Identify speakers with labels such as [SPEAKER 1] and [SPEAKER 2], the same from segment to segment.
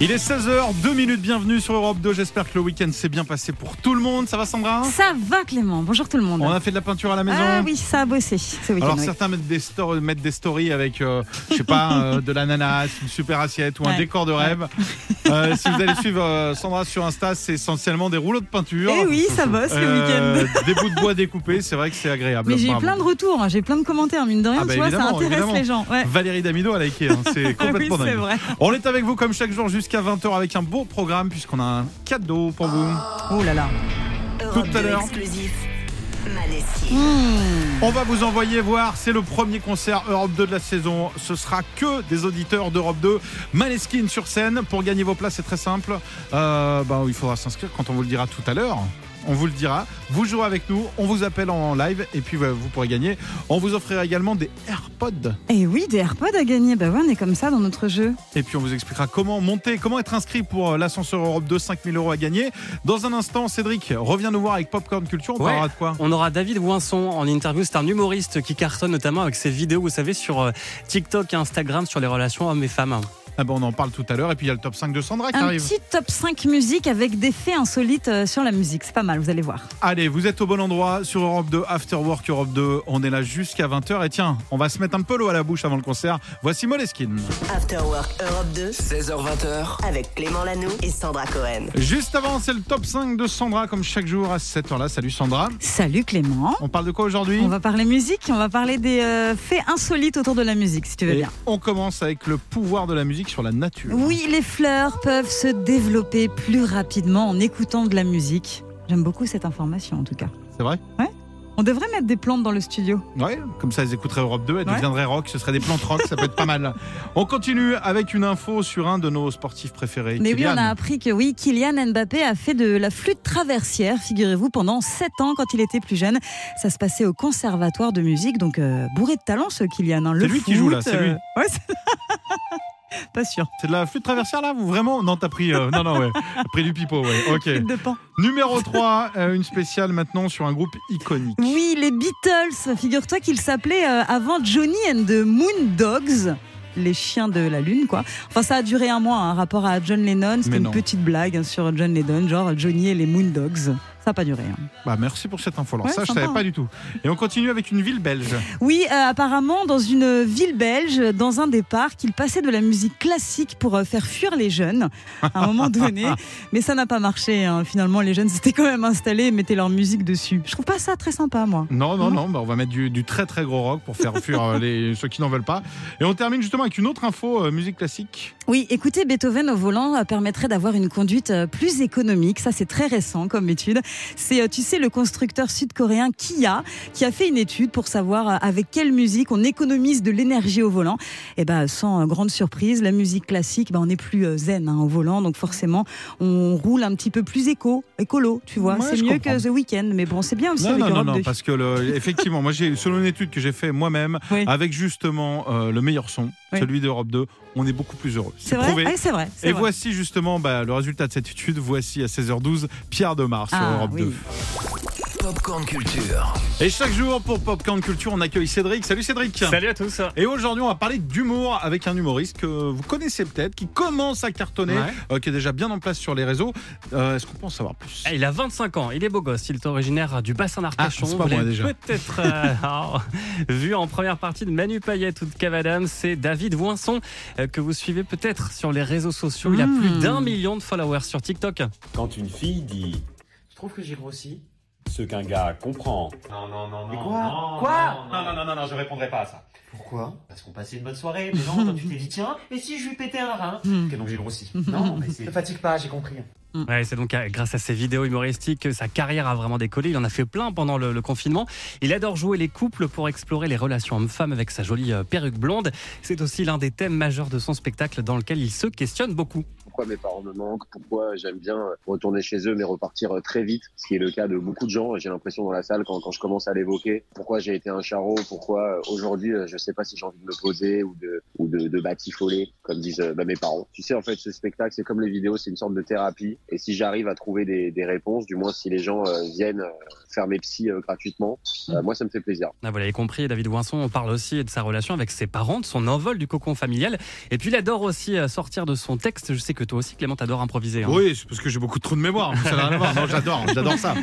[SPEAKER 1] Il est 16h, 2 minutes, bienvenue sur Europe 2. J'espère que le week-end s'est bien passé pour tout le monde. Ça va Sandra
[SPEAKER 2] Oh. Ça va Clément, bonjour tout le monde.
[SPEAKER 1] On a fait de la peinture à la maison
[SPEAKER 2] ah oui, ça a bossé ce week-end.
[SPEAKER 1] Alors
[SPEAKER 2] oui.
[SPEAKER 1] certains mettent des, sto- mettent des stories avec, euh, je sais pas, euh, de l'ananas, une super assiette ou un
[SPEAKER 2] Ouais.
[SPEAKER 1] décor de rêve. Euh, si vous allez suivre euh, Sandra sur Insta, c'est essentiellement des rouleaux de peinture.
[SPEAKER 2] Eh oui, ça bosse le
[SPEAKER 1] Euh,
[SPEAKER 2] week-end.
[SPEAKER 1] des bouts de bois découpés, c'est vrai que c'est agréable.
[SPEAKER 2] Mais j'ai eu
[SPEAKER 1] Bravo.
[SPEAKER 2] plein de retours, hein, j'ai plein de commentaires, mine de rien,
[SPEAKER 1] Ah bah
[SPEAKER 2] tu vois, ça
[SPEAKER 1] évidemment,
[SPEAKER 2] intéresse
[SPEAKER 1] évidemment.
[SPEAKER 2] les gens. Ouais.
[SPEAKER 1] Valérie Damido a liké, hein, c'est
[SPEAKER 2] Ah oui,
[SPEAKER 1] complètement
[SPEAKER 2] c'est
[SPEAKER 1] dingue.
[SPEAKER 2] vrai.
[SPEAKER 1] On est avec vous comme chaque jour jusqu'à 20h avec un beau programme puisqu'on a un cadeau pour vous.
[SPEAKER 2] Oh là là.
[SPEAKER 3] Europe
[SPEAKER 1] Tout à
[SPEAKER 3] 2
[SPEAKER 1] l'heure.
[SPEAKER 3] exclusif, Maneskin.
[SPEAKER 1] On va vous envoyer voir, c'est le premier concert Europe 2 de la saison. Ce sera que des auditeurs d'Europe 2. Maneskin sur scène. Pour gagner vos places, c'est très simple. Euh, ben, il faudra s'inscrire quand on vous le dira tout à l'heure. On vous le dira. Vous jouerez avec nous, on vous appelle en live et puis ouais, vous pourrez gagner. On vous offrira également des AirPods.
[SPEAKER 2] Et Eh oui, des AirPods à gagner. Bah ouais, on est comme ça dans notre jeu.
[SPEAKER 1] Et puis on vous expliquera comment monter, comment être inscrit pour euh, l'ascenseur Europe 2, 5000 euros à gagner. Dans un instant, Cédric, reviens nous voir avec Popcorn Culture. On
[SPEAKER 4] Ouais.
[SPEAKER 1] parlera de quoi
[SPEAKER 4] On aura David Boinson en interview. C'est un humoriste qui cartonne notamment avec ses vidéos, vous savez, sur euh, TikTok et Instagram sur les relations hommes et femmes.
[SPEAKER 1] Ah ben, On en parle tout à l'heure. Et puis il y a le top 5 de Sandra qui
[SPEAKER 2] Un
[SPEAKER 1] arrive.
[SPEAKER 2] petit top 5 musique avec des faits insolites euh, sur la musique. C'est pas mal, vous allez voir.
[SPEAKER 1] Allez, vous êtes au bon endroit sur Europe 2, After Work Europe 2. On est là jusqu'à 20h. Et tiens, on va se mettre un peu l'eau à la bouche avant le concert. Voici Moleskine.
[SPEAKER 3] After Work Europe 2
[SPEAKER 5] 16h20h.
[SPEAKER 3] avec Clément Lano et Sandra Cohen.
[SPEAKER 1] Juste avant, c'est le top 5 de Sandra, comme chaque jour à cette heure-là. Salut Sandra.
[SPEAKER 2] Salut Clément.
[SPEAKER 1] On parle de quoi aujourd'hui
[SPEAKER 2] On va parler musique, on va parler des euh, faits insolites autour de la musique, si tu veux
[SPEAKER 1] Et
[SPEAKER 2] bien.
[SPEAKER 1] on commence avec le pouvoir de la musique sur la nature.
[SPEAKER 2] Oui, les fleurs peuvent se développer plus rapidement en écoutant de la musique. J'aime beaucoup cette information en tout cas.
[SPEAKER 1] C'est vrai
[SPEAKER 2] On devrait mettre des plantes dans le studio.
[SPEAKER 1] Ouais, comme ça, elles écouteraient Europe 2, elles
[SPEAKER 2] Ouais.
[SPEAKER 1] deviendraient rock, ce serait des plantes rock, ça peut être pas mal. On continue avec une info sur un de nos sportifs préférés.
[SPEAKER 2] Mais oui,
[SPEAKER 1] Kylian.
[SPEAKER 2] on a appris que oui, Kylian Mbappé a fait de la flûte traversière, figurez-vous, pendant 7 ans quand il était plus jeune. Ça se passait au conservatoire de musique, donc euh, bourré de talent ce Kylian. hein. Le
[SPEAKER 1] C'est lui qui joue, là,
[SPEAKER 2] foot,
[SPEAKER 1] c'est lui.
[SPEAKER 2] euh, ouais, c'est- Pas sûr.
[SPEAKER 1] C'est de la flûte traversière là Vous vraiment Non, t'as pris. euh, Non, non, ouais. T'as pris du pipeau, ouais. Ok.
[SPEAKER 2] Il dépend.
[SPEAKER 1] Numéro 3, une spéciale maintenant sur un groupe iconique.
[SPEAKER 2] Oui, les Beatles. Figure-toi qu'ils s'appelaient euh, avant Johnny and the Moon Dogs. Les chiens de la lune, quoi. Enfin, ça a duré un mois, un rapport à John Lennon.
[SPEAKER 1] Mais
[SPEAKER 2] C'était une
[SPEAKER 1] non.
[SPEAKER 2] petite blague hein, sur John Lennon, genre Johnny et les Moon Dogs. Ça n'a pas duré. hein.
[SPEAKER 1] Bah merci pour cette info. Alors
[SPEAKER 2] Ouais,
[SPEAKER 1] ça, je
[SPEAKER 2] sympa,
[SPEAKER 1] savais pas
[SPEAKER 2] hein.
[SPEAKER 1] du tout. Et on continue avec une ville belge.
[SPEAKER 2] Oui, euh, apparemment, dans une ville belge, dans un des parcs, ils passaient de la musique classique pour euh, faire fuir les jeunes à un moment donné. Mais ça n'a pas marché. hein. Finalement, les jeunes s'étaient quand même installés et mettaient leur musique dessus. Je trouve pas ça très sympa, moi.
[SPEAKER 1] Non, non,
[SPEAKER 2] Non.
[SPEAKER 1] non. Bah, on va mettre du, du très très gros rock pour faire fuir euh, les, ceux qui n'en veulent pas. Et on termine justement avec une autre info euh, musique classique.
[SPEAKER 2] Oui, écouter Beethoven au volant euh, permettrait d'avoir une conduite euh, plus économique. Ça, c'est très récent comme étude. C'est, euh, tu sais, le constructeur sud-coréen Kia qui a fait une étude pour savoir euh, avec quelle musique on économise de l'énergie au volant. Et ben, sans euh, grande surprise, la musique classique, ben, on est plus euh, zen hein, au volant, donc forcément, on roule un petit peu plus éco, écolo, tu vois.
[SPEAKER 1] Ouais,
[SPEAKER 2] c'est
[SPEAKER 1] je
[SPEAKER 2] mieux
[SPEAKER 1] comprends.
[SPEAKER 2] que The Weeknd, mais bon, c'est bien aussi
[SPEAKER 1] Non,
[SPEAKER 2] avec
[SPEAKER 1] non, non,
[SPEAKER 2] Europe
[SPEAKER 1] non,
[SPEAKER 2] 2.
[SPEAKER 1] parce que le- effectivement, moi j'ai selon une étude que j'ai fait moi-même
[SPEAKER 2] Oui.
[SPEAKER 1] avec justement euh, le meilleur son,
[SPEAKER 2] Oui.
[SPEAKER 1] celui d'Europe 2, on est beaucoup plus heureux.
[SPEAKER 2] C'est vrai,
[SPEAKER 1] prouvé.
[SPEAKER 2] Ah, c'est vrai. c'est
[SPEAKER 1] Et
[SPEAKER 2] vrai.
[SPEAKER 1] voici justement bah, le résultat de cette étude. Voici à 16h12 Pierre Demar sur
[SPEAKER 2] Ah,
[SPEAKER 1] Europe
[SPEAKER 2] oui.
[SPEAKER 1] 2.
[SPEAKER 5] Popcorn Culture.
[SPEAKER 1] Et chaque jour pour Popcorn Culture, on accueille Cédric. Salut Cédric.
[SPEAKER 6] Salut à tous.
[SPEAKER 1] Et aujourd'hui, on va parler d'humour avec un humoriste que vous connaissez peut-être, qui commence à cartonner,
[SPEAKER 6] Ouais.
[SPEAKER 1] euh, qui est déjà bien en place sur les réseaux. Euh, Est-ce qu'on peut en savoir plus
[SPEAKER 4] Eh, Il a 25 ans, il est beau gosse, il est originaire du bassin
[SPEAKER 1] Ah,
[SPEAKER 4] d'Arcachon.
[SPEAKER 1] c'est pas
[SPEAKER 4] Vous
[SPEAKER 1] moi,
[SPEAKER 4] l'avez
[SPEAKER 1] déjà.
[SPEAKER 4] Peut-être euh, oh, vu en première partie de Manu Payet ou de Cavadam, c'est David Voinson euh, que vous suivez peut-être sur les réseaux sociaux. Il a
[SPEAKER 1] Hmm.
[SPEAKER 2] Mmh.
[SPEAKER 4] plus d'un million de followers sur TikTok.
[SPEAKER 7] Quand une fille dit
[SPEAKER 8] Je trouve que j'ai grossi.
[SPEAKER 7] ce qu'un gars comprend,
[SPEAKER 8] Non, non, non, non. Mais quoi non, Quoi non, non, non, non, non, non, je répondrai pas à ça.
[SPEAKER 7] pourquoi
[SPEAKER 8] Parce qu'on passait une bonne soirée, mais non, toi tu t'es dit, tiens, et si je lui pétais un rein
[SPEAKER 2] Hmm.
[SPEAKER 8] Ok, donc j'ai grossi. Non, mais c'est. Ne fatigue pas, j'ai compris.
[SPEAKER 4] Ouais, c'est donc euh, grâce à ses vidéos humoristiques que sa carrière a vraiment décollé. Il en a fait plein pendant le, le confinement. Il adore jouer les couples pour explorer les relations hommes-femmes avec sa jolie euh, perruque blonde. C'est aussi l'un des thèmes majeurs de son spectacle dans lequel il se questionne beaucoup.
[SPEAKER 9] pourquoi mes parents me manquent, pourquoi j'aime bien euh, retourner chez eux mais repartir euh, très vite, ce qui est le cas de beaucoup de gens, j'ai l'impression dans la salle quand, quand je commence à l'évoquer, pourquoi j'ai été un charreau, pourquoi euh, aujourd'hui euh, je sais pas si j'ai envie de me poser ou de, ou de, de batifoler, comme disent euh, bah, mes parents. Tu sais, en fait, ce spectacle, c'est comme les vidéos, c'est une sorte de thérapie. Et si j'arrive à trouver des, des réponses, du moins si les gens euh, viennent euh, faire mes psys euh, gratuitement, euh, moi, ça me fait plaisir.
[SPEAKER 4] Ah, vous l'avez compris, David Winson, on parle aussi de sa relation avec ses parents, de son envol du cocon familial. Et puis il adore aussi euh, sortir de son texte. Je sais que toi aussi, Clément, t'adores improviser. hein.
[SPEAKER 1] Oui, c'est parce que j'ai beaucoup de trous de mémoire. mais Ça n'a rien à voir. Non, j'adore, j'adore ça.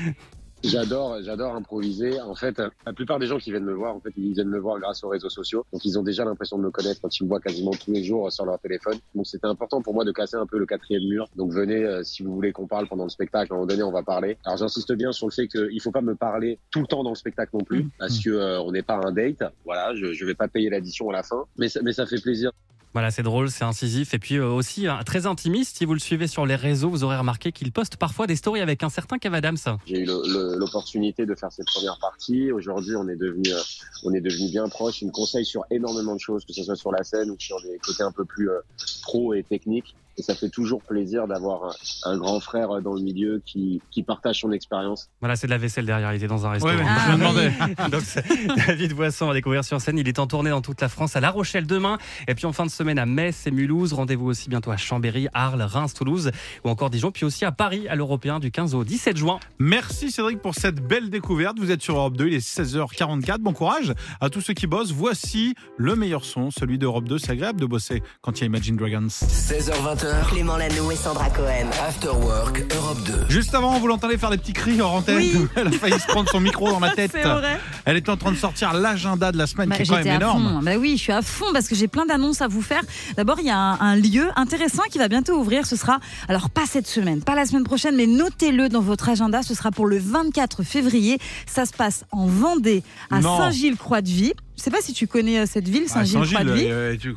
[SPEAKER 9] J'adore, j'adore improviser. En fait, euh, la plupart des gens qui viennent me voir, en fait, ils viennent me voir grâce aux réseaux sociaux. Donc, ils ont déjà l'impression de me connaître quand ils me voient quasiment tous les jours euh, sur leur téléphone. Donc, c'était important pour moi de casser un peu le quatrième mur. Donc, venez, euh, si vous voulez qu'on parle pendant le spectacle, à un moment donné, on va parler. Alors, j'insiste bien sur le fait qu'il faut pas me parler tout le temps dans le spectacle non plus, parce que euh, on n'est pas un date. Voilà, je, je vais pas payer l'addition à la fin, mais ça, mais ça fait plaisir.
[SPEAKER 4] Voilà, c'est drôle, c'est incisif. Et puis euh, aussi euh, très intimiste. Si vous le suivez sur les réseaux, vous aurez remarqué qu'il poste parfois des stories avec un certain Cavadams.
[SPEAKER 9] J'ai eu le- le- l'opportunité de faire cette première partie. Aujourd'hui, on est devenu, euh, on est devenu bien proche. Il me conseille sur énormément de choses, que ce soit sur la scène ou sur des côtés un peu plus euh, pro et techniques. Et ça fait toujours plaisir d'avoir un, un grand frère euh, dans le milieu qui, qui partage son expérience.
[SPEAKER 4] Voilà, c'est de la vaisselle derrière. Il était dans un restaurant.
[SPEAKER 1] Ouais, ouais,
[SPEAKER 2] Ah,
[SPEAKER 1] je me demandais.
[SPEAKER 4] Donc, c'est David Boisson à découvrir sur scène. Il est en tournée dans toute la France, à La Rochelle demain. Et puis en fin de semaine à Metz et Mulhouse. Rendez-vous aussi bientôt à Chambéry, Arles, Reims, Toulouse ou encore Dijon. Puis aussi à Paris, à l'Européen du 15 au 17 juin.
[SPEAKER 1] Merci Cédric pour cette belle découverte. Vous êtes sur Europe 2, il est 16h44. Bon courage à tous ceux qui bossent. Voici le meilleur son, celui d'Europe 2. C'est agréable de bosser quand il y a Imagine Dragons.
[SPEAKER 5] 16h20h,
[SPEAKER 3] Clément Lano et Sandra Cohen.
[SPEAKER 5] After Work Europe 2.
[SPEAKER 1] Juste avant, vous l'entendez faire des petits cris hors antenne.
[SPEAKER 2] Oui.
[SPEAKER 1] Elle a failli se prendre son micro dans la tête.
[SPEAKER 2] Ah, C'est vrai.
[SPEAKER 1] Elle était en train de sortir l'agenda de la semaine
[SPEAKER 2] Bah,
[SPEAKER 1] qui est quand même
[SPEAKER 2] à
[SPEAKER 1] énorme.
[SPEAKER 2] fond. Bah oui, je suis à fond parce que j'ai plein d'annonces à vous faire. D'abord, il y a un, un lieu intéressant qui va bientôt ouvrir. Ce sera, alors pas cette semaine, pas la semaine prochaine, mais notez-le dans votre agenda. Ce sera pour le 24 février. Ça se passe en Vendée, à
[SPEAKER 1] Non.
[SPEAKER 2] Saint-Gilles-Croix-de-Vie. Je sais pas si tu connais euh, cette ville,
[SPEAKER 1] Ah,
[SPEAKER 2] Saint-Gilles-Croix-de-Vie.
[SPEAKER 1] euh, tu-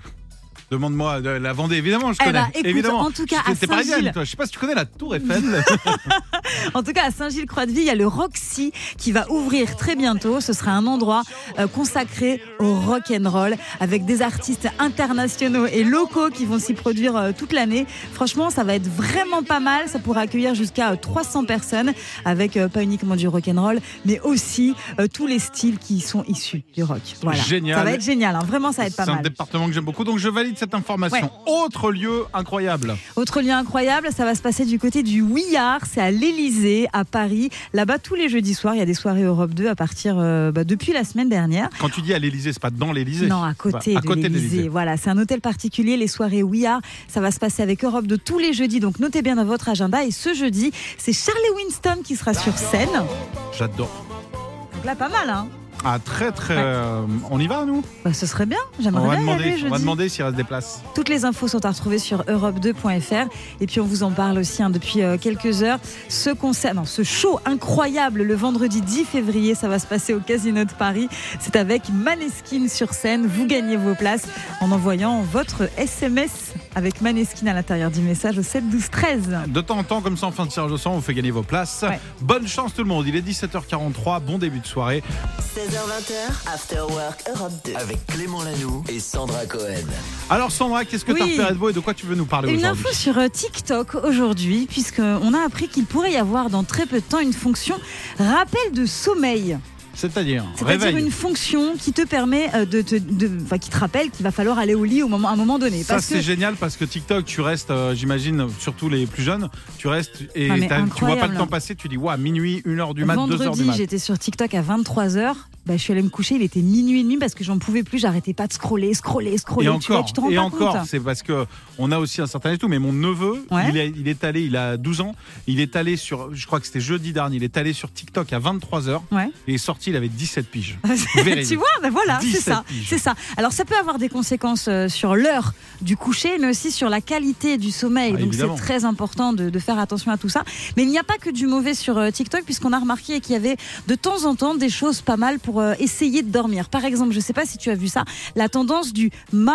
[SPEAKER 1] Demande-moi de la Vendée, évidemment, je
[SPEAKER 2] Eh
[SPEAKER 1] connais.
[SPEAKER 2] bah, écoute,
[SPEAKER 1] évidemment.
[SPEAKER 2] en tout cas,
[SPEAKER 1] T'es-
[SPEAKER 2] à
[SPEAKER 1] t'es parisienne,
[SPEAKER 2] Saint-Gilles.
[SPEAKER 1] toi. Je sais pas si tu connais la Tour Eiffel.
[SPEAKER 2] En tout cas, à Saint-Gilles-Croix-de-Vie, il y a le Roxy qui va ouvrir très bientôt. Ce sera un endroit euh, consacré au rock and roll avec des artistes internationaux et locaux qui vont s'y produire euh, toute l'année. Franchement, ça va être vraiment pas mal. Ça pourra accueillir jusqu'à euh, 300 personnes avec euh, pas uniquement du rock and roll, mais aussi euh, tous les styles qui sont issus du rock. Voilà.
[SPEAKER 1] Génial.
[SPEAKER 2] Ça va être génial. hein. Vraiment, ça va être
[SPEAKER 1] C'est
[SPEAKER 2] pas
[SPEAKER 1] un
[SPEAKER 2] mal.
[SPEAKER 1] département que j'aime beaucoup, donc je valide cette information.
[SPEAKER 2] Ouais.
[SPEAKER 1] Autre lieu incroyable.
[SPEAKER 2] Autre lieu incroyable, ça va se passer du côté du Ouillard, c'est à l'Elysée, à Paris. Là-bas, tous les jeudis soirs, il y a des soirées Europe 2 à partir euh, bah, depuis la semaine dernière.
[SPEAKER 1] Quand tu dis à l'Elysée, c'est pas dans l'Elysée.
[SPEAKER 2] Non, à côté
[SPEAKER 1] Bah, à
[SPEAKER 2] de
[SPEAKER 1] côté de l'Élysée.
[SPEAKER 2] l'Élysée. Voilà, c'est un hôtel particulier, les soirées Ouillard. Ça va se passer avec Europe de tous les jeudis, donc notez bien dans votre agenda. Et ce jeudi, c'est Charlie Winston qui sera sur scène.
[SPEAKER 1] J'adore.
[SPEAKER 2] Donc là, pas mal, hein
[SPEAKER 1] Ah, très, très.
[SPEAKER 2] Ouais.
[SPEAKER 1] euh, on y va, nous
[SPEAKER 2] bah, Ce serait bien,
[SPEAKER 1] On
[SPEAKER 2] j'aimerais
[SPEAKER 1] va,
[SPEAKER 2] bien y aller
[SPEAKER 1] demander, on va
[SPEAKER 2] jeudi.
[SPEAKER 1] demander s'il reste des places.
[SPEAKER 2] Toutes les infos sont à retrouver sur europe2.fr et puis on vous en parle aussi hein, depuis euh, quelques heures. Ce concert, non, ce show incroyable le vendredi 10 février, ça va se passer au Casino de Paris. C'est avec Maneskin sur scène. Vous gagnez vos places en envoyant votre SMS avec Maneskin à l'intérieur du message au 7 12 13.
[SPEAKER 1] De temps en temps, comme ça, en fin de tirage au sang, on vous fait gagner vos places.
[SPEAKER 2] Ouais.
[SPEAKER 1] Bonne chance, tout le monde. Il est 17h43. Bon début de soirée.
[SPEAKER 3] 16h20, After Work Europe 2.
[SPEAKER 5] Avec Clément Lanoux et Sandra Cohen.
[SPEAKER 1] Alors, Sandra, qu'est-ce que
[SPEAKER 2] Oui.
[SPEAKER 1] tu as repéré de beau et de quoi tu veux nous parler
[SPEAKER 2] Une
[SPEAKER 1] aujourd'hui
[SPEAKER 2] info sur euh, TikTok aujourd'hui, puisqu'on a appris qu'il pourrait y avoir dans très peu de temps une fonction rappel de sommeil.
[SPEAKER 1] C'est-à-dire,
[SPEAKER 2] C'est-à-dire
[SPEAKER 1] réveil.
[SPEAKER 2] une fonction qui te permet euh, de te, de- enfin, qui te rappelle qu'il va falloir aller au lit au moment, à un moment donné.
[SPEAKER 1] Ça,
[SPEAKER 2] Parce
[SPEAKER 1] c'est
[SPEAKER 2] que
[SPEAKER 1] génial parce que TikTok, tu restes, euh, j'imagine, surtout les plus jeunes, tu restes et
[SPEAKER 2] Ah, mais
[SPEAKER 1] t'as- tu vois pas
[SPEAKER 2] incroyable.
[SPEAKER 1] le temps passer. Tu dis, waouh, minuit, 1h du mat, 2h du
[SPEAKER 2] vendredi,
[SPEAKER 1] mat.
[SPEAKER 2] j'étais sur TikTok à 23h. Bah, je suis allée me coucher, il était minuit et demi parce que j'en pouvais plus, j'arrêtais pas de scroller, scroller, scroller.
[SPEAKER 1] Et
[SPEAKER 2] tu, vois,
[SPEAKER 1] encore,
[SPEAKER 2] tu te rends
[SPEAKER 1] et
[SPEAKER 2] pas
[SPEAKER 1] encore,
[SPEAKER 2] compte.
[SPEAKER 1] c'est parce que on a aussi un certain âge et tout. Mais mon neveu,
[SPEAKER 2] Ouais.
[SPEAKER 1] il, est, il est allé, il a 12 ans, il est allé sur, je crois que c'était jeudi dernier, il est allé sur TikTok à 23h
[SPEAKER 2] Ouais.
[SPEAKER 1] et il est sorti, il avait 17 piges.
[SPEAKER 2] tu
[SPEAKER 1] Vérité.
[SPEAKER 2] vois, ben voilà, c'est
[SPEAKER 1] 17
[SPEAKER 2] ça,
[SPEAKER 1] piges.
[SPEAKER 2] c'est ça. Alors ça peut avoir des conséquences euh, sur l'heure du coucher, mais aussi sur la qualité du sommeil.
[SPEAKER 1] Ah,
[SPEAKER 2] Donc
[SPEAKER 1] évidemment.
[SPEAKER 2] c'est très important de, de faire attention à tout ça. Mais il n'y a pas que du mauvais sur euh, TikTok, puisqu'on a remarqué qu'il y avait de temps en temps des choses pas mal pour euh, essayer de dormir. Par exemple, je sais pas si tu as vu ça, la tendance du mouth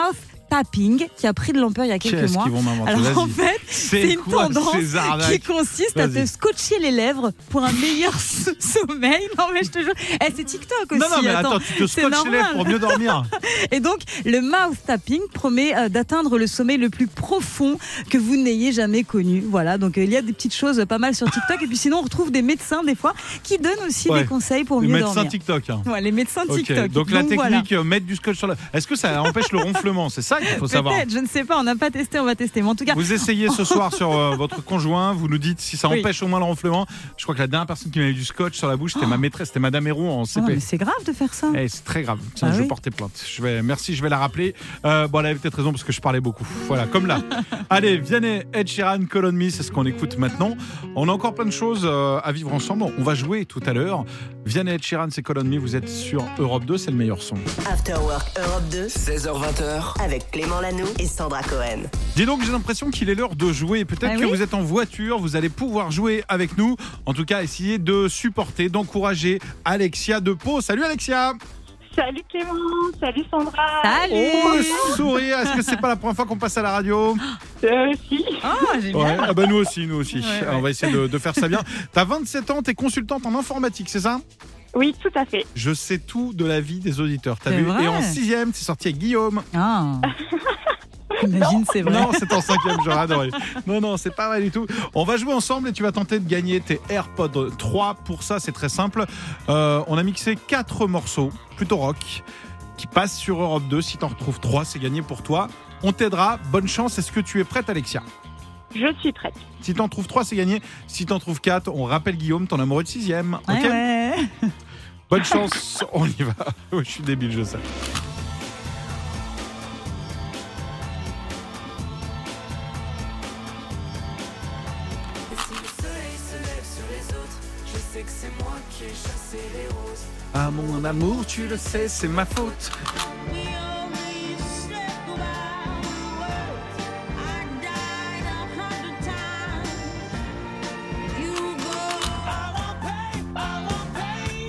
[SPEAKER 2] tapping qui a pris de l'ampleur il y a quelques
[SPEAKER 1] Qu'est-ce
[SPEAKER 2] mois.
[SPEAKER 1] qu'ils vont m'inventer
[SPEAKER 2] Alors en
[SPEAKER 1] Vas-y.
[SPEAKER 2] fait, c'est une
[SPEAKER 1] quoi
[SPEAKER 2] tendance
[SPEAKER 1] ces
[SPEAKER 2] qui
[SPEAKER 1] arnaques
[SPEAKER 2] consiste à te
[SPEAKER 1] Vas-y.
[SPEAKER 2] scotcher les lèvres pour un meilleur s- sommeil. Non mais je te jure, Eh, c'est TikTok aussi.
[SPEAKER 1] Non, non, mais
[SPEAKER 2] attends.
[SPEAKER 1] attends, tu te
[SPEAKER 2] c'est
[SPEAKER 1] scotches les lèvres
[SPEAKER 2] normal.
[SPEAKER 1] pour mieux dormir.
[SPEAKER 2] Et donc, le mouth tapping promet euh, d'atteindre le sommet le plus profond que vous n'ayez jamais connu. Voilà, donc euh, il y a des petites choses euh, pas mal sur TikTok. Et puis sinon, on retrouve des médecins des fois qui donnent aussi
[SPEAKER 1] Ouais.
[SPEAKER 2] des conseils pour
[SPEAKER 1] Les
[SPEAKER 2] mieux
[SPEAKER 1] médecins
[SPEAKER 2] dormir.
[SPEAKER 1] TikTok. hein.
[SPEAKER 2] Ouais, les médecins
[SPEAKER 1] Ok,
[SPEAKER 2] TikTok.
[SPEAKER 1] Donc, la
[SPEAKER 2] voilà.
[SPEAKER 1] technique, euh, mettre du scotch sur la. Est-ce que ça empêche le ronflement C'est ça qu'il faut savoir.
[SPEAKER 2] Peut-être, je ne sais pas, on n'a pas testé, on va tester. Mais en tout cas,
[SPEAKER 1] Vous essayez ce soir sur euh, votre conjoint, vous nous dites si ça
[SPEAKER 2] Oui.
[SPEAKER 1] empêche au moins le ronflement. Je crois que la dernière personne qui m'avait du scotch sur la bouche, c'était ma maîtresse, c'était Madame Héroux en
[SPEAKER 2] Ah non,
[SPEAKER 1] CP.
[SPEAKER 2] Oh. mais c'est grave de faire ça.
[SPEAKER 1] Eh, c'est très grave. Tiens,
[SPEAKER 2] Ah
[SPEAKER 1] je vais
[SPEAKER 2] oui.
[SPEAKER 1] porter plainte. Je vais, merci, je vais la rappeler. Euh, bon, elle avait peut-être raison parce que je parlais beaucoup. Voilà, comme là. Allez, Vianney, Ed Sheeran, Colon Me, c'est ce qu'on écoute maintenant. On a encore plein de choses euh, à vivre ensemble. On va jouer tout à l'heure. Vianney, Ed Sheeran, c'est Colon Me. Vous êtes sur Europe 2, c'est le meilleur son.
[SPEAKER 3] After Work Europe 2
[SPEAKER 5] 16h20h,
[SPEAKER 3] avec Clément Lano et Sandra Cohen.
[SPEAKER 1] Dis donc, j'ai l'impression qu'il est l'heure de jouer. Peut-être
[SPEAKER 2] Ah
[SPEAKER 1] que
[SPEAKER 2] oui
[SPEAKER 1] vous êtes en voiture, vous allez pouvoir jouer avec nous. En tout cas, essayez de supporter, d'encourager Alexia de Pau. Salut Alexia
[SPEAKER 6] Salut Clément, salut Sandra.
[SPEAKER 2] Salut
[SPEAKER 1] Oh, le sourire Est-ce que c'est pas la première fois qu'on passe à la radio
[SPEAKER 6] Euh, si,
[SPEAKER 2] Ah, génial.
[SPEAKER 1] Ouais, ah bah nous aussi, nous aussi.
[SPEAKER 2] Ouais, ouais.
[SPEAKER 1] Alors, On va essayer de, de faire ça bien. T'as 27 ans, t'es consultante en informatique, c'est ça
[SPEAKER 6] oui, tout à fait.
[SPEAKER 1] Je sais tout de la vie des auditeurs. T'as
[SPEAKER 2] C'est
[SPEAKER 1] vu
[SPEAKER 2] vrai
[SPEAKER 1] Et en sixième, t'es sorti avec Guillaume.
[SPEAKER 2] Ah. Imagine, c'est vrai.
[SPEAKER 1] Non, c'est en cinquième, j'aurais adoré. Non, non, c'est pas vrai du tout. On va jouer ensemble et tu vas tenter de gagner tes AirPods 3. Pour ça, c'est très simple. Euh, on a mixé quatre morceaux, plutôt rock, qui passent sur Europe 2. Si t'en retrouves trois, c'est gagné pour toi. On t'aidera. Bonne chance. Est-ce que tu es prête, Alexia
[SPEAKER 6] Je suis prête.
[SPEAKER 1] Si t'en trouves 3, c'est gagné. Si t'en trouves 4, on rappelle Guillaume, ton amoureux de 6
[SPEAKER 2] Ouais, ouais.
[SPEAKER 1] Bonne chance, on y va. Oui, je suis débile, je sais. Ah mon amour, tu le sais, c'est ma faute.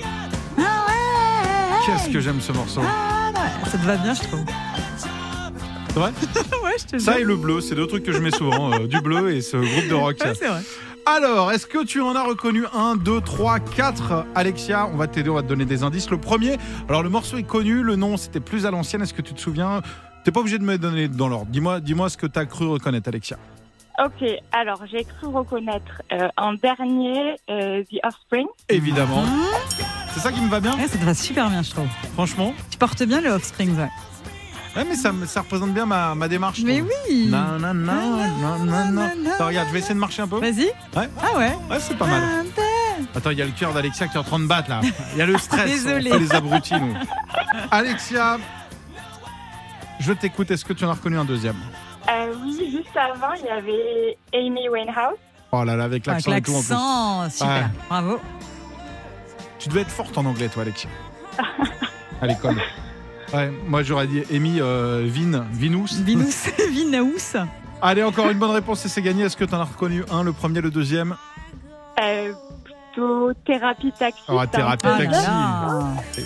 [SPEAKER 2] Ah ouais.
[SPEAKER 1] Qu'est-ce que j'aime ce morceau.
[SPEAKER 2] Ah ouais. Ça te va bien, je trouve.
[SPEAKER 1] C'est vrai
[SPEAKER 2] ouais, je te
[SPEAKER 1] Ça
[SPEAKER 2] jure.
[SPEAKER 1] et le bleu, c'est deux trucs que je mets souvent, euh, du bleu et ce groupe de rock.
[SPEAKER 2] Ouais, c'est vrai.
[SPEAKER 1] Alors, est-ce que tu en as reconnu 1, 2, 3, 4 Alexia, on va t'aider, on va te donner des indices. Le premier, alors le morceau est connu, le nom c'était plus à l'ancienne, est-ce que tu te souviens T'es pas obligé de me donner dans l'ordre. Dis-moi dis ce que t'as cru reconnaître, Alexia.
[SPEAKER 6] Ok, alors j'ai cru reconnaître euh, en dernier euh, The Offspring.
[SPEAKER 1] Évidemment.
[SPEAKER 2] Ah.
[SPEAKER 1] C'est ça qui me va bien,
[SPEAKER 2] Ouais, ça te va super bien, je trouve.
[SPEAKER 1] franchement.
[SPEAKER 2] Tu portes bien le Offspring, ouais.
[SPEAKER 1] Ouais, mais ça, me- ça représente bien ma, ma démarche. je
[SPEAKER 2] Mais
[SPEAKER 1] trouve.
[SPEAKER 2] oui.
[SPEAKER 1] Non, non, non, non, non, non.
[SPEAKER 2] Nanana.
[SPEAKER 1] Attends, regarde, je vais essayer de marcher un peu.
[SPEAKER 2] Vas-y.
[SPEAKER 1] Ouais.
[SPEAKER 2] Ah ouais. Ah, ben.
[SPEAKER 1] Ouais, c'est pas mal. Attends, il y a le cœur d'Alexia qui est en train de battre là. Il y a le stress.
[SPEAKER 2] Désolée.
[SPEAKER 1] On fait les abrutis, nous. Alexia, je t'écoute. Est-ce que tu en as reconnu un deuxième
[SPEAKER 6] Euh, oui, juste avant, il y avait Amy Winehouse.
[SPEAKER 1] Oh là là, avec
[SPEAKER 2] Avec
[SPEAKER 1] l'accent et tout en plus.
[SPEAKER 2] l'accent, super.
[SPEAKER 1] Ouais.
[SPEAKER 2] Bravo.
[SPEAKER 1] Tu devais être forte en anglais, toi, Alexia. à l'école. Ouais, moi j'aurais dit Amy euh, Vin, Vinous.
[SPEAKER 2] Vinous, Ah Vinaous.
[SPEAKER 1] Allez, encore une bonne réponse et c'est gagné. Est-ce que tu en as reconnu un, le premier, le deuxième
[SPEAKER 6] Euh, plutôt Thérapie hein. Taxi.
[SPEAKER 1] Ah,
[SPEAKER 6] ça.
[SPEAKER 1] Thérapie
[SPEAKER 2] Ah là
[SPEAKER 1] Taxi.
[SPEAKER 2] là.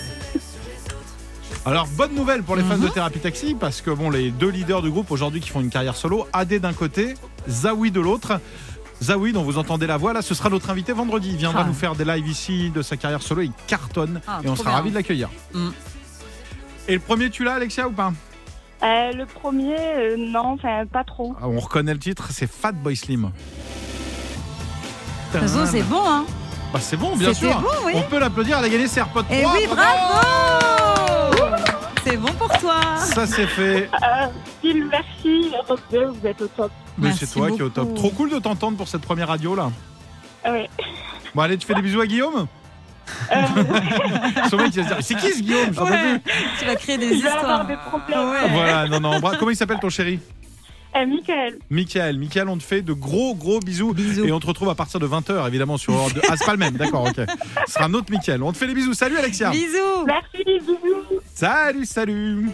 [SPEAKER 1] Alors, bonne nouvelle pour les fans
[SPEAKER 2] Mhm.
[SPEAKER 1] de Thérapie Taxi, parce que bon, les deux leaders du groupe aujourd'hui qui font une carrière solo, AD d'un côté, Zawi de l'autre. Zawi, dont vous entendez la voix, là, ce sera notre invité vendredi. Il viendra
[SPEAKER 2] Ah.
[SPEAKER 1] nous faire des lives ici de sa carrière solo. Il cartonne
[SPEAKER 2] Ah,
[SPEAKER 1] et on
[SPEAKER 2] trop
[SPEAKER 1] sera
[SPEAKER 2] bien.
[SPEAKER 1] ravis de l'accueillir.
[SPEAKER 2] Mm.
[SPEAKER 1] Et le premier, tu l'as, Alexia, ou pas
[SPEAKER 6] Euh, le premier, euh, non, enfin pas trop.
[SPEAKER 1] Ah, On reconnaît le titre, c'est Fat Boy Slim.
[SPEAKER 2] De toute façon, c'est bon, hein.
[SPEAKER 1] Bah, c'est bon, bien
[SPEAKER 2] C'était
[SPEAKER 1] sûr.
[SPEAKER 2] bon, oui.
[SPEAKER 1] On peut l'applaudir, elle a gagné ses AirPods
[SPEAKER 2] Et
[SPEAKER 1] 3.
[SPEAKER 2] oui, bravo. C'est bon pour toi.
[SPEAKER 1] Ça, c'est fait.
[SPEAKER 6] Euh, Phil, merci. Europe 2, vous êtes au top.
[SPEAKER 1] Mais
[SPEAKER 2] Merci
[SPEAKER 1] c'est toi qui est au top.
[SPEAKER 2] beaucoup.
[SPEAKER 1] Trop cool de t'entendre pour cette première radio, là.
[SPEAKER 6] Ah Ouais.
[SPEAKER 1] Bon, allez, tu fais des bisous à Guillaume
[SPEAKER 6] Euh,
[SPEAKER 1] Son mec, il va se dire, c'est qui ce Guillaume J'en peux
[SPEAKER 2] Ouais.
[SPEAKER 1] plus.
[SPEAKER 2] Tu vas créer des
[SPEAKER 6] il va avoir
[SPEAKER 2] histoires.
[SPEAKER 6] des problèmes.
[SPEAKER 2] Ouais.
[SPEAKER 1] Voilà, non, non. bra- Comment il s'appelle ton chéri
[SPEAKER 6] Euh, Michael,
[SPEAKER 1] Michael. Michael, on te fait de gros, gros bisous.
[SPEAKER 2] Bisous.
[SPEAKER 1] Et on te retrouve à partir de 20h, évidemment, sur Europe 2. Ah, c'est pas le même, d'accord, ok. Ce sera un autre Michael. On te fait des bisous. Salut, Alexia.
[SPEAKER 2] Bisous.
[SPEAKER 6] merci, bisous.
[SPEAKER 1] Salut, salut.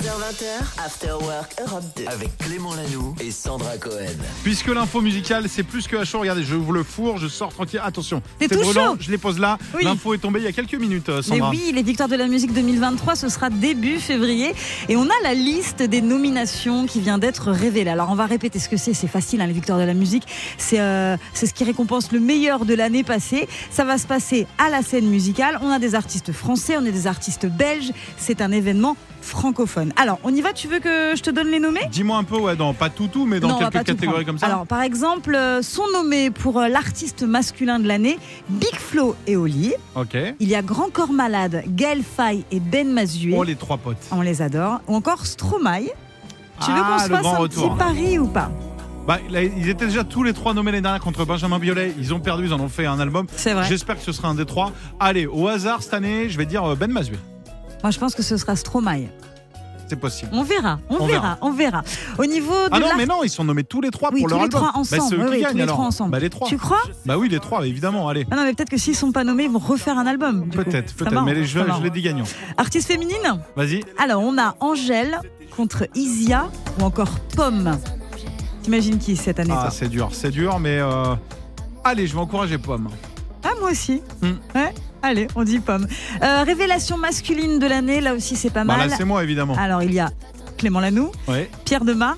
[SPEAKER 3] 16h20, After Work Europe 2.
[SPEAKER 5] avec Clément Lanoux et Sandra Cohen.
[SPEAKER 1] Puisque l'info musicale, c'est plus que à chaud. Regardez, je vous le fourre, je sors tranquille. Attention,
[SPEAKER 2] T'es tout
[SPEAKER 1] brûlant,
[SPEAKER 2] chaud.
[SPEAKER 1] je les pose là.
[SPEAKER 2] Oui.
[SPEAKER 1] L'info est tombée il y a quelques minutes, euh,
[SPEAKER 2] Mais
[SPEAKER 1] Sandra.
[SPEAKER 2] oui, les victoires de la musique 2023, ce sera début février. Et on a la liste des nominations qui vient d'être révélée. Alors on va répéter ce que c'est, c'est facile, hein, les victoires de la musique. C'est euh, c'est ce qui récompense le meilleur de l'année passée. Ça va se passer à la scène musicale. On a des artistes français, on a des artistes belges. C'est un événement francophones. Alors, on y va Tu veux que je te donne les nommés
[SPEAKER 1] Dis-moi un peu, ouais, dans, pas tout tout, mais dans
[SPEAKER 2] Non, on va
[SPEAKER 1] quelques
[SPEAKER 2] pas tout
[SPEAKER 1] catégories comme
[SPEAKER 2] prendre.
[SPEAKER 1] ça.
[SPEAKER 2] Alors, par exemple, euh, sont nommés pour euh, l'artiste masculin de l'année Big Flo et Oli.
[SPEAKER 1] ok.
[SPEAKER 2] Il y a Grand Corps Malade, Gaël Faye et Ben Mazué.
[SPEAKER 1] Oh, les trois potes.
[SPEAKER 2] On les adore. Ou encore Stromae. Tu veux
[SPEAKER 1] Ah,
[SPEAKER 2] qu'on se
[SPEAKER 1] le
[SPEAKER 2] fasse
[SPEAKER 1] grand
[SPEAKER 2] un
[SPEAKER 1] retour.
[SPEAKER 2] petit pari ou pas
[SPEAKER 1] Bah, là, ils étaient déjà tous les trois nommés l'année dernière contre Benjamin Biolay. Ils ont perdu, ils en ont fait un album.
[SPEAKER 2] C'est vrai.
[SPEAKER 1] J'espère que ce sera un des trois. Allez, au hasard cette année, je vais dire euh, Ben Mazué.
[SPEAKER 2] Moi, je pense que ce sera Stromae.
[SPEAKER 1] C'est possible.
[SPEAKER 2] On verra, on,
[SPEAKER 1] On verra.
[SPEAKER 2] verra, on verra. Au niveau Oh, de
[SPEAKER 1] Ah non,
[SPEAKER 2] l'art-
[SPEAKER 1] mais non, ils sont nommés tous les trois
[SPEAKER 2] Oui,
[SPEAKER 1] pour
[SPEAKER 2] tous
[SPEAKER 1] leur
[SPEAKER 2] les
[SPEAKER 1] album.
[SPEAKER 2] trois
[SPEAKER 1] Bah, c'est eux
[SPEAKER 2] ensemble. Oui,
[SPEAKER 1] qui
[SPEAKER 2] oui,
[SPEAKER 1] gagnent
[SPEAKER 2] tous les
[SPEAKER 1] alors.
[SPEAKER 2] trois ensemble.
[SPEAKER 1] Bah, les trois.
[SPEAKER 2] Tu crois
[SPEAKER 1] Bah oui, les trois, évidemment. Allez,
[SPEAKER 2] Ah non, mais peut-être que s'ils sont pas nommés, ils vont refaire un album. du coup.
[SPEAKER 1] peut-être,
[SPEAKER 2] Ça
[SPEAKER 1] peut-être.
[SPEAKER 2] marche,
[SPEAKER 1] Mais les
[SPEAKER 2] ça
[SPEAKER 1] jeux,
[SPEAKER 2] marche.
[SPEAKER 1] je les dis gagnants.
[SPEAKER 2] Artiste féminine
[SPEAKER 1] Vas-y.
[SPEAKER 2] Alors, on a Angèle contre Isia ou encore Pomme. T'imagines qui cette année
[SPEAKER 1] Ah,
[SPEAKER 2] toi
[SPEAKER 1] c'est dur, c'est dur, mais. euh, Allez, je vais encourager Pomme.
[SPEAKER 2] Ah, moi aussi.
[SPEAKER 1] Hmm.
[SPEAKER 2] Ouais, allez, on dit Pomme. Euh, révélation masculine de l'année, là aussi c'est pas
[SPEAKER 1] Bah
[SPEAKER 2] mal.
[SPEAKER 1] là, c'est moi, évidemment.
[SPEAKER 2] Alors, il y a Clément Lanoux,
[SPEAKER 1] Ouais.
[SPEAKER 2] Pierre Demar,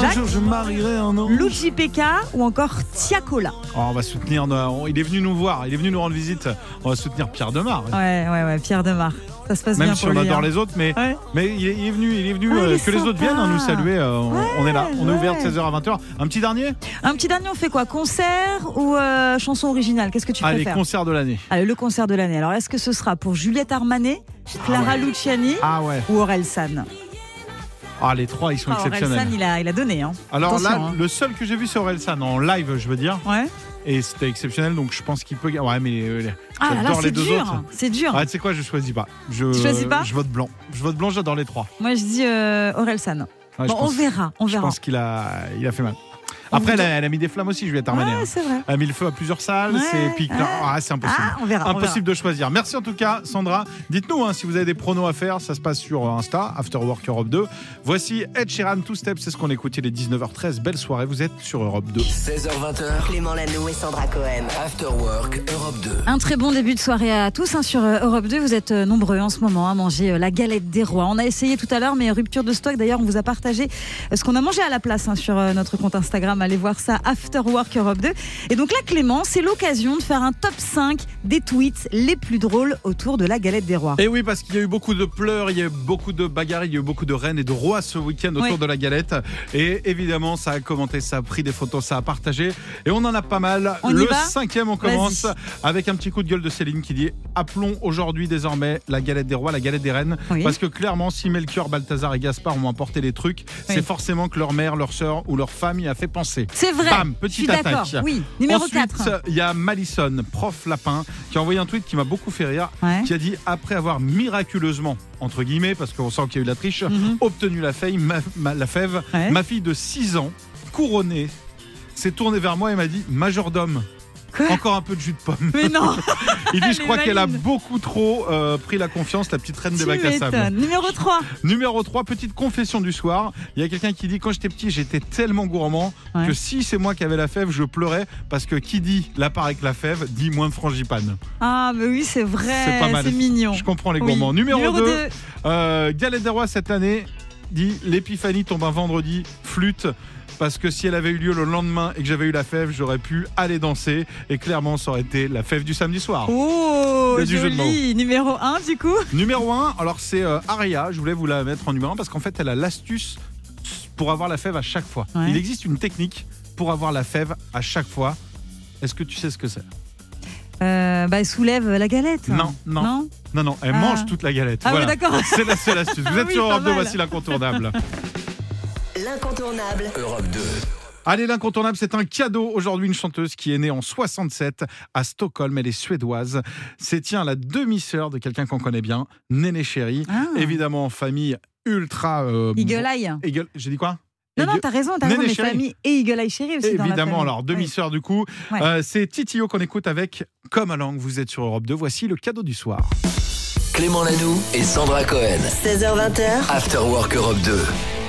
[SPEAKER 2] Jacques,
[SPEAKER 1] je marierai un an.
[SPEAKER 2] Luigi Pekka ou encore Tiakola.
[SPEAKER 1] on va soutenir. euh, on- Il est venu nous voir, il est venu nous rendre visite. On va soutenir Pierre Demar.
[SPEAKER 2] Ouais, ouais, ouais, Pierre Demar. Ça se passe
[SPEAKER 1] Même
[SPEAKER 2] bien
[SPEAKER 1] si
[SPEAKER 2] pour
[SPEAKER 1] on
[SPEAKER 2] lui.
[SPEAKER 1] adore
[SPEAKER 2] hein.
[SPEAKER 1] les autres, mais,
[SPEAKER 2] Ouais.
[SPEAKER 1] mais il, est, il est venu, il est venu
[SPEAKER 2] Ah, il
[SPEAKER 1] euh,
[SPEAKER 2] est
[SPEAKER 1] que les autres
[SPEAKER 2] sympa.
[SPEAKER 1] viennent hein, nous saluer. euh, on, on est là, on est ouvert de
[SPEAKER 2] ouais.
[SPEAKER 1] 16h à 20h. Un petit dernier
[SPEAKER 2] Un petit dernier, on fait quoi Concert ou euh, chanson originale Qu'est-ce que tu
[SPEAKER 1] Allez,
[SPEAKER 2] préfères
[SPEAKER 1] concert Ah, de l'année.
[SPEAKER 2] Allez, le concert de l'année. Alors, est-ce que ce sera pour Juliette Armanet, Clara Luciani
[SPEAKER 1] Ah ouais.
[SPEAKER 2] ou Aurel San
[SPEAKER 1] Ah, les trois, ils sont
[SPEAKER 2] Ah, Aurel
[SPEAKER 1] exceptionnels.
[SPEAKER 2] San, il a, il a donné. Hein.
[SPEAKER 1] Alors là,
[SPEAKER 2] Attention, hein.
[SPEAKER 1] le seul que j'ai vu, c'est Orelsan en live, je veux dire.
[SPEAKER 2] Ouais.
[SPEAKER 1] Et c'était exceptionnel, donc je pense qu'il peut gagner. Ouais, mais euh, les-
[SPEAKER 2] Ah là là,
[SPEAKER 1] j'adore les
[SPEAKER 2] c'est
[SPEAKER 1] deux
[SPEAKER 2] dur.
[SPEAKER 1] autres.
[SPEAKER 2] C'est dur.
[SPEAKER 1] Ah, tu sais quoi, je choisis pas. Je,
[SPEAKER 2] Tu choisis pas
[SPEAKER 1] je vote blanc. Je vote blanc, j'adore les trois.
[SPEAKER 2] Moi, je dis euh, Aurel San.
[SPEAKER 1] Ouais, je
[SPEAKER 2] bon, on
[SPEAKER 1] pense,
[SPEAKER 2] verra, on
[SPEAKER 1] je
[SPEAKER 2] verra.
[SPEAKER 1] pense qu'il a, il a fait mal.
[SPEAKER 2] On
[SPEAKER 1] Après,
[SPEAKER 2] vous
[SPEAKER 1] elle a,
[SPEAKER 2] dit-
[SPEAKER 1] elle a mis des flammes aussi, Juliette Armanet. hein.
[SPEAKER 2] Ouais, c'est vrai.
[SPEAKER 1] Elle a mis le feu à plusieurs salles.
[SPEAKER 2] Ouais,
[SPEAKER 1] c'est puis-
[SPEAKER 2] ouais.
[SPEAKER 1] Ah, c'est impossible.
[SPEAKER 2] Ah, on verra. on verra.
[SPEAKER 1] Impossible de choisir. Merci en tout cas, Sandra. Dites-nous hein, si vous avez des pronos à faire. Ça se passe sur euh, Insta, After Work Europe 2. Voici Ed Sheeran, Two Steps. C'est ce qu'on écoutait les 19h13. Belle soirée. Vous êtes sur Europe 2.
[SPEAKER 5] 16h20h,
[SPEAKER 3] Clément Lanoux et Sandra Cohen.
[SPEAKER 5] After Work Europe 2.
[SPEAKER 2] Un très bon début de soirée à tous hein, sur euh, Europe 2. Vous êtes euh, nombreux en ce moment à manger euh, la galette des rois. On a essayé tout à l'heure, mais rupture de stock. D'ailleurs, on vous a partagé euh, ce qu'on a mangé à la place hein, sur euh, notre compte Instagram. Allez voir ça, After Work Europe 2. Et donc là, Clément, c'est l'occasion de faire un top 5 des tweets les plus drôles autour de la galette des rois.
[SPEAKER 1] Et Eh oui, parce qu'il y a eu beaucoup de pleurs, il y a eu beaucoup de bagarres, il y a eu beaucoup de reines et de rois ce week-end autour
[SPEAKER 2] Oui.
[SPEAKER 1] de la galette. Et évidemment, ça a commenté, ça a pris des photos, ça a partagé. Et on en a pas mal.
[SPEAKER 2] On y
[SPEAKER 1] Le
[SPEAKER 2] va
[SPEAKER 1] cinquième, on commence avec un petit coup de gueule de Céline qui dit Appelons aujourd'hui désormais la galette des rois, la galette des reines.
[SPEAKER 2] Oui.
[SPEAKER 1] Parce que clairement, si Melchior, Balthazar et Gaspard ont emporté les trucs, c'est forcément que leur mère, leur sœur ou leur femme y a fait penser.
[SPEAKER 2] C'est vrai.
[SPEAKER 1] Bam,
[SPEAKER 2] je suis
[SPEAKER 1] petite
[SPEAKER 2] d'accord.
[SPEAKER 1] attaque.
[SPEAKER 2] Oui, numéro hein.
[SPEAKER 1] Ensuite,
[SPEAKER 2] 4.
[SPEAKER 1] il y a Malison, prof lapin, qui a envoyé un tweet qui m'a beaucoup fait rire
[SPEAKER 2] Ouais.
[SPEAKER 1] qui a dit après avoir miraculeusement entre guillemets parce qu'on sent qu'il y a eu de la triche
[SPEAKER 2] Mhm.
[SPEAKER 1] obtenu la fève ma, ma- la fève
[SPEAKER 2] Ouais.
[SPEAKER 1] ma fille de 6 ans couronnée s'est tournée vers moi et m'a dit majordome
[SPEAKER 2] Quoi
[SPEAKER 1] encore un peu de jus de pomme
[SPEAKER 2] Mais non,
[SPEAKER 1] il dit
[SPEAKER 2] Elle
[SPEAKER 1] je
[SPEAKER 2] est
[SPEAKER 1] crois qu'elle a
[SPEAKER 2] maligne.
[SPEAKER 1] beaucoup trop euh, pris la confiance la petite reine des
[SPEAKER 2] tu
[SPEAKER 1] bacs à sable
[SPEAKER 2] m'étonnes. Numéro 3.
[SPEAKER 1] Numéro 3, petite confession du soir. Il y a quelqu'un qui dit Quand j'étais petit, j'étais tellement gourmand
[SPEAKER 2] Ouais.
[SPEAKER 1] que si c'est moi qui avais la fève, je pleurais parce que qui dit l'appart avec la fève dit moins de frangipane.
[SPEAKER 2] Ah, mais oui, c'est
[SPEAKER 1] C'est pas
[SPEAKER 2] vrai.
[SPEAKER 1] mal.
[SPEAKER 2] C'est mignon.
[SPEAKER 1] Je comprends les
[SPEAKER 2] Oui.
[SPEAKER 1] gourmands. Numéro 2,
[SPEAKER 2] deux.
[SPEAKER 1] euh, Galette des Rois cette année dit L'épiphanie tombe un vendredi, flûte. Parce que si elle avait eu lieu le lendemain et que j'avais eu la fève, j'aurais pu aller danser. Et clairement, ça aurait été la fève du samedi soir.
[SPEAKER 2] Oh,
[SPEAKER 1] Il y a du jeu de
[SPEAKER 2] joli. Numéro 1, du coup.
[SPEAKER 1] Numéro 1, alors c'est euh, Aria, je voulais vous la mettre en numéro 1 parce qu'en fait elle a l'astuce pour avoir la fève à chaque fois.
[SPEAKER 2] Ouais.
[SPEAKER 1] Il existe une technique pour avoir la fève à chaque fois. Est-ce que tu sais ce que c'est
[SPEAKER 2] Euh, bah, elle soulève la galette.
[SPEAKER 1] Non, non, non, non, elle
[SPEAKER 2] Ah.
[SPEAKER 1] mange toute la galette.
[SPEAKER 2] Ah oui,
[SPEAKER 1] voilà.
[SPEAKER 2] d'accord. Ah
[SPEAKER 1] c'est la seule astuce. Vous êtes
[SPEAKER 2] Oui,
[SPEAKER 1] sur
[SPEAKER 2] pas
[SPEAKER 1] Europe 2,
[SPEAKER 2] mal.
[SPEAKER 1] voici l'incontournable.
[SPEAKER 3] L'incontournable.
[SPEAKER 5] Europe 2.
[SPEAKER 1] Allez, l'incontournable, c'est un cadeau. Aujourd'hui, une chanteuse qui est née en 67 à Stockholm. Elle est suédoise. C'est, tiens, la demi-sœur de quelqu'un qu'on connaît bien, Néné Chéri.
[SPEAKER 2] Ah.
[SPEAKER 1] Évidemment, famille ultra. euh,
[SPEAKER 2] Eagle Eye.
[SPEAKER 1] Eagle- J'ai dit quoi
[SPEAKER 2] Non, non,
[SPEAKER 1] Eagle-
[SPEAKER 2] t'as raison, t'as
[SPEAKER 1] Néné
[SPEAKER 2] raison, mais
[SPEAKER 1] Chéri.
[SPEAKER 2] famille et Eagle Eye chérie aussi. dans la
[SPEAKER 1] Évidemment,
[SPEAKER 2] famille.
[SPEAKER 1] alors
[SPEAKER 2] Oui.
[SPEAKER 1] demi-sœur du coup.
[SPEAKER 2] Ouais.
[SPEAKER 1] Euh, c'est Titio qu'on écoute avec Comme à langue. Vous êtes sur Europe 2. Voici le cadeau du soir.
[SPEAKER 5] Clément Lanoux et Sandra Cohen.
[SPEAKER 3] 16h20h,
[SPEAKER 5] After Work Europe 2.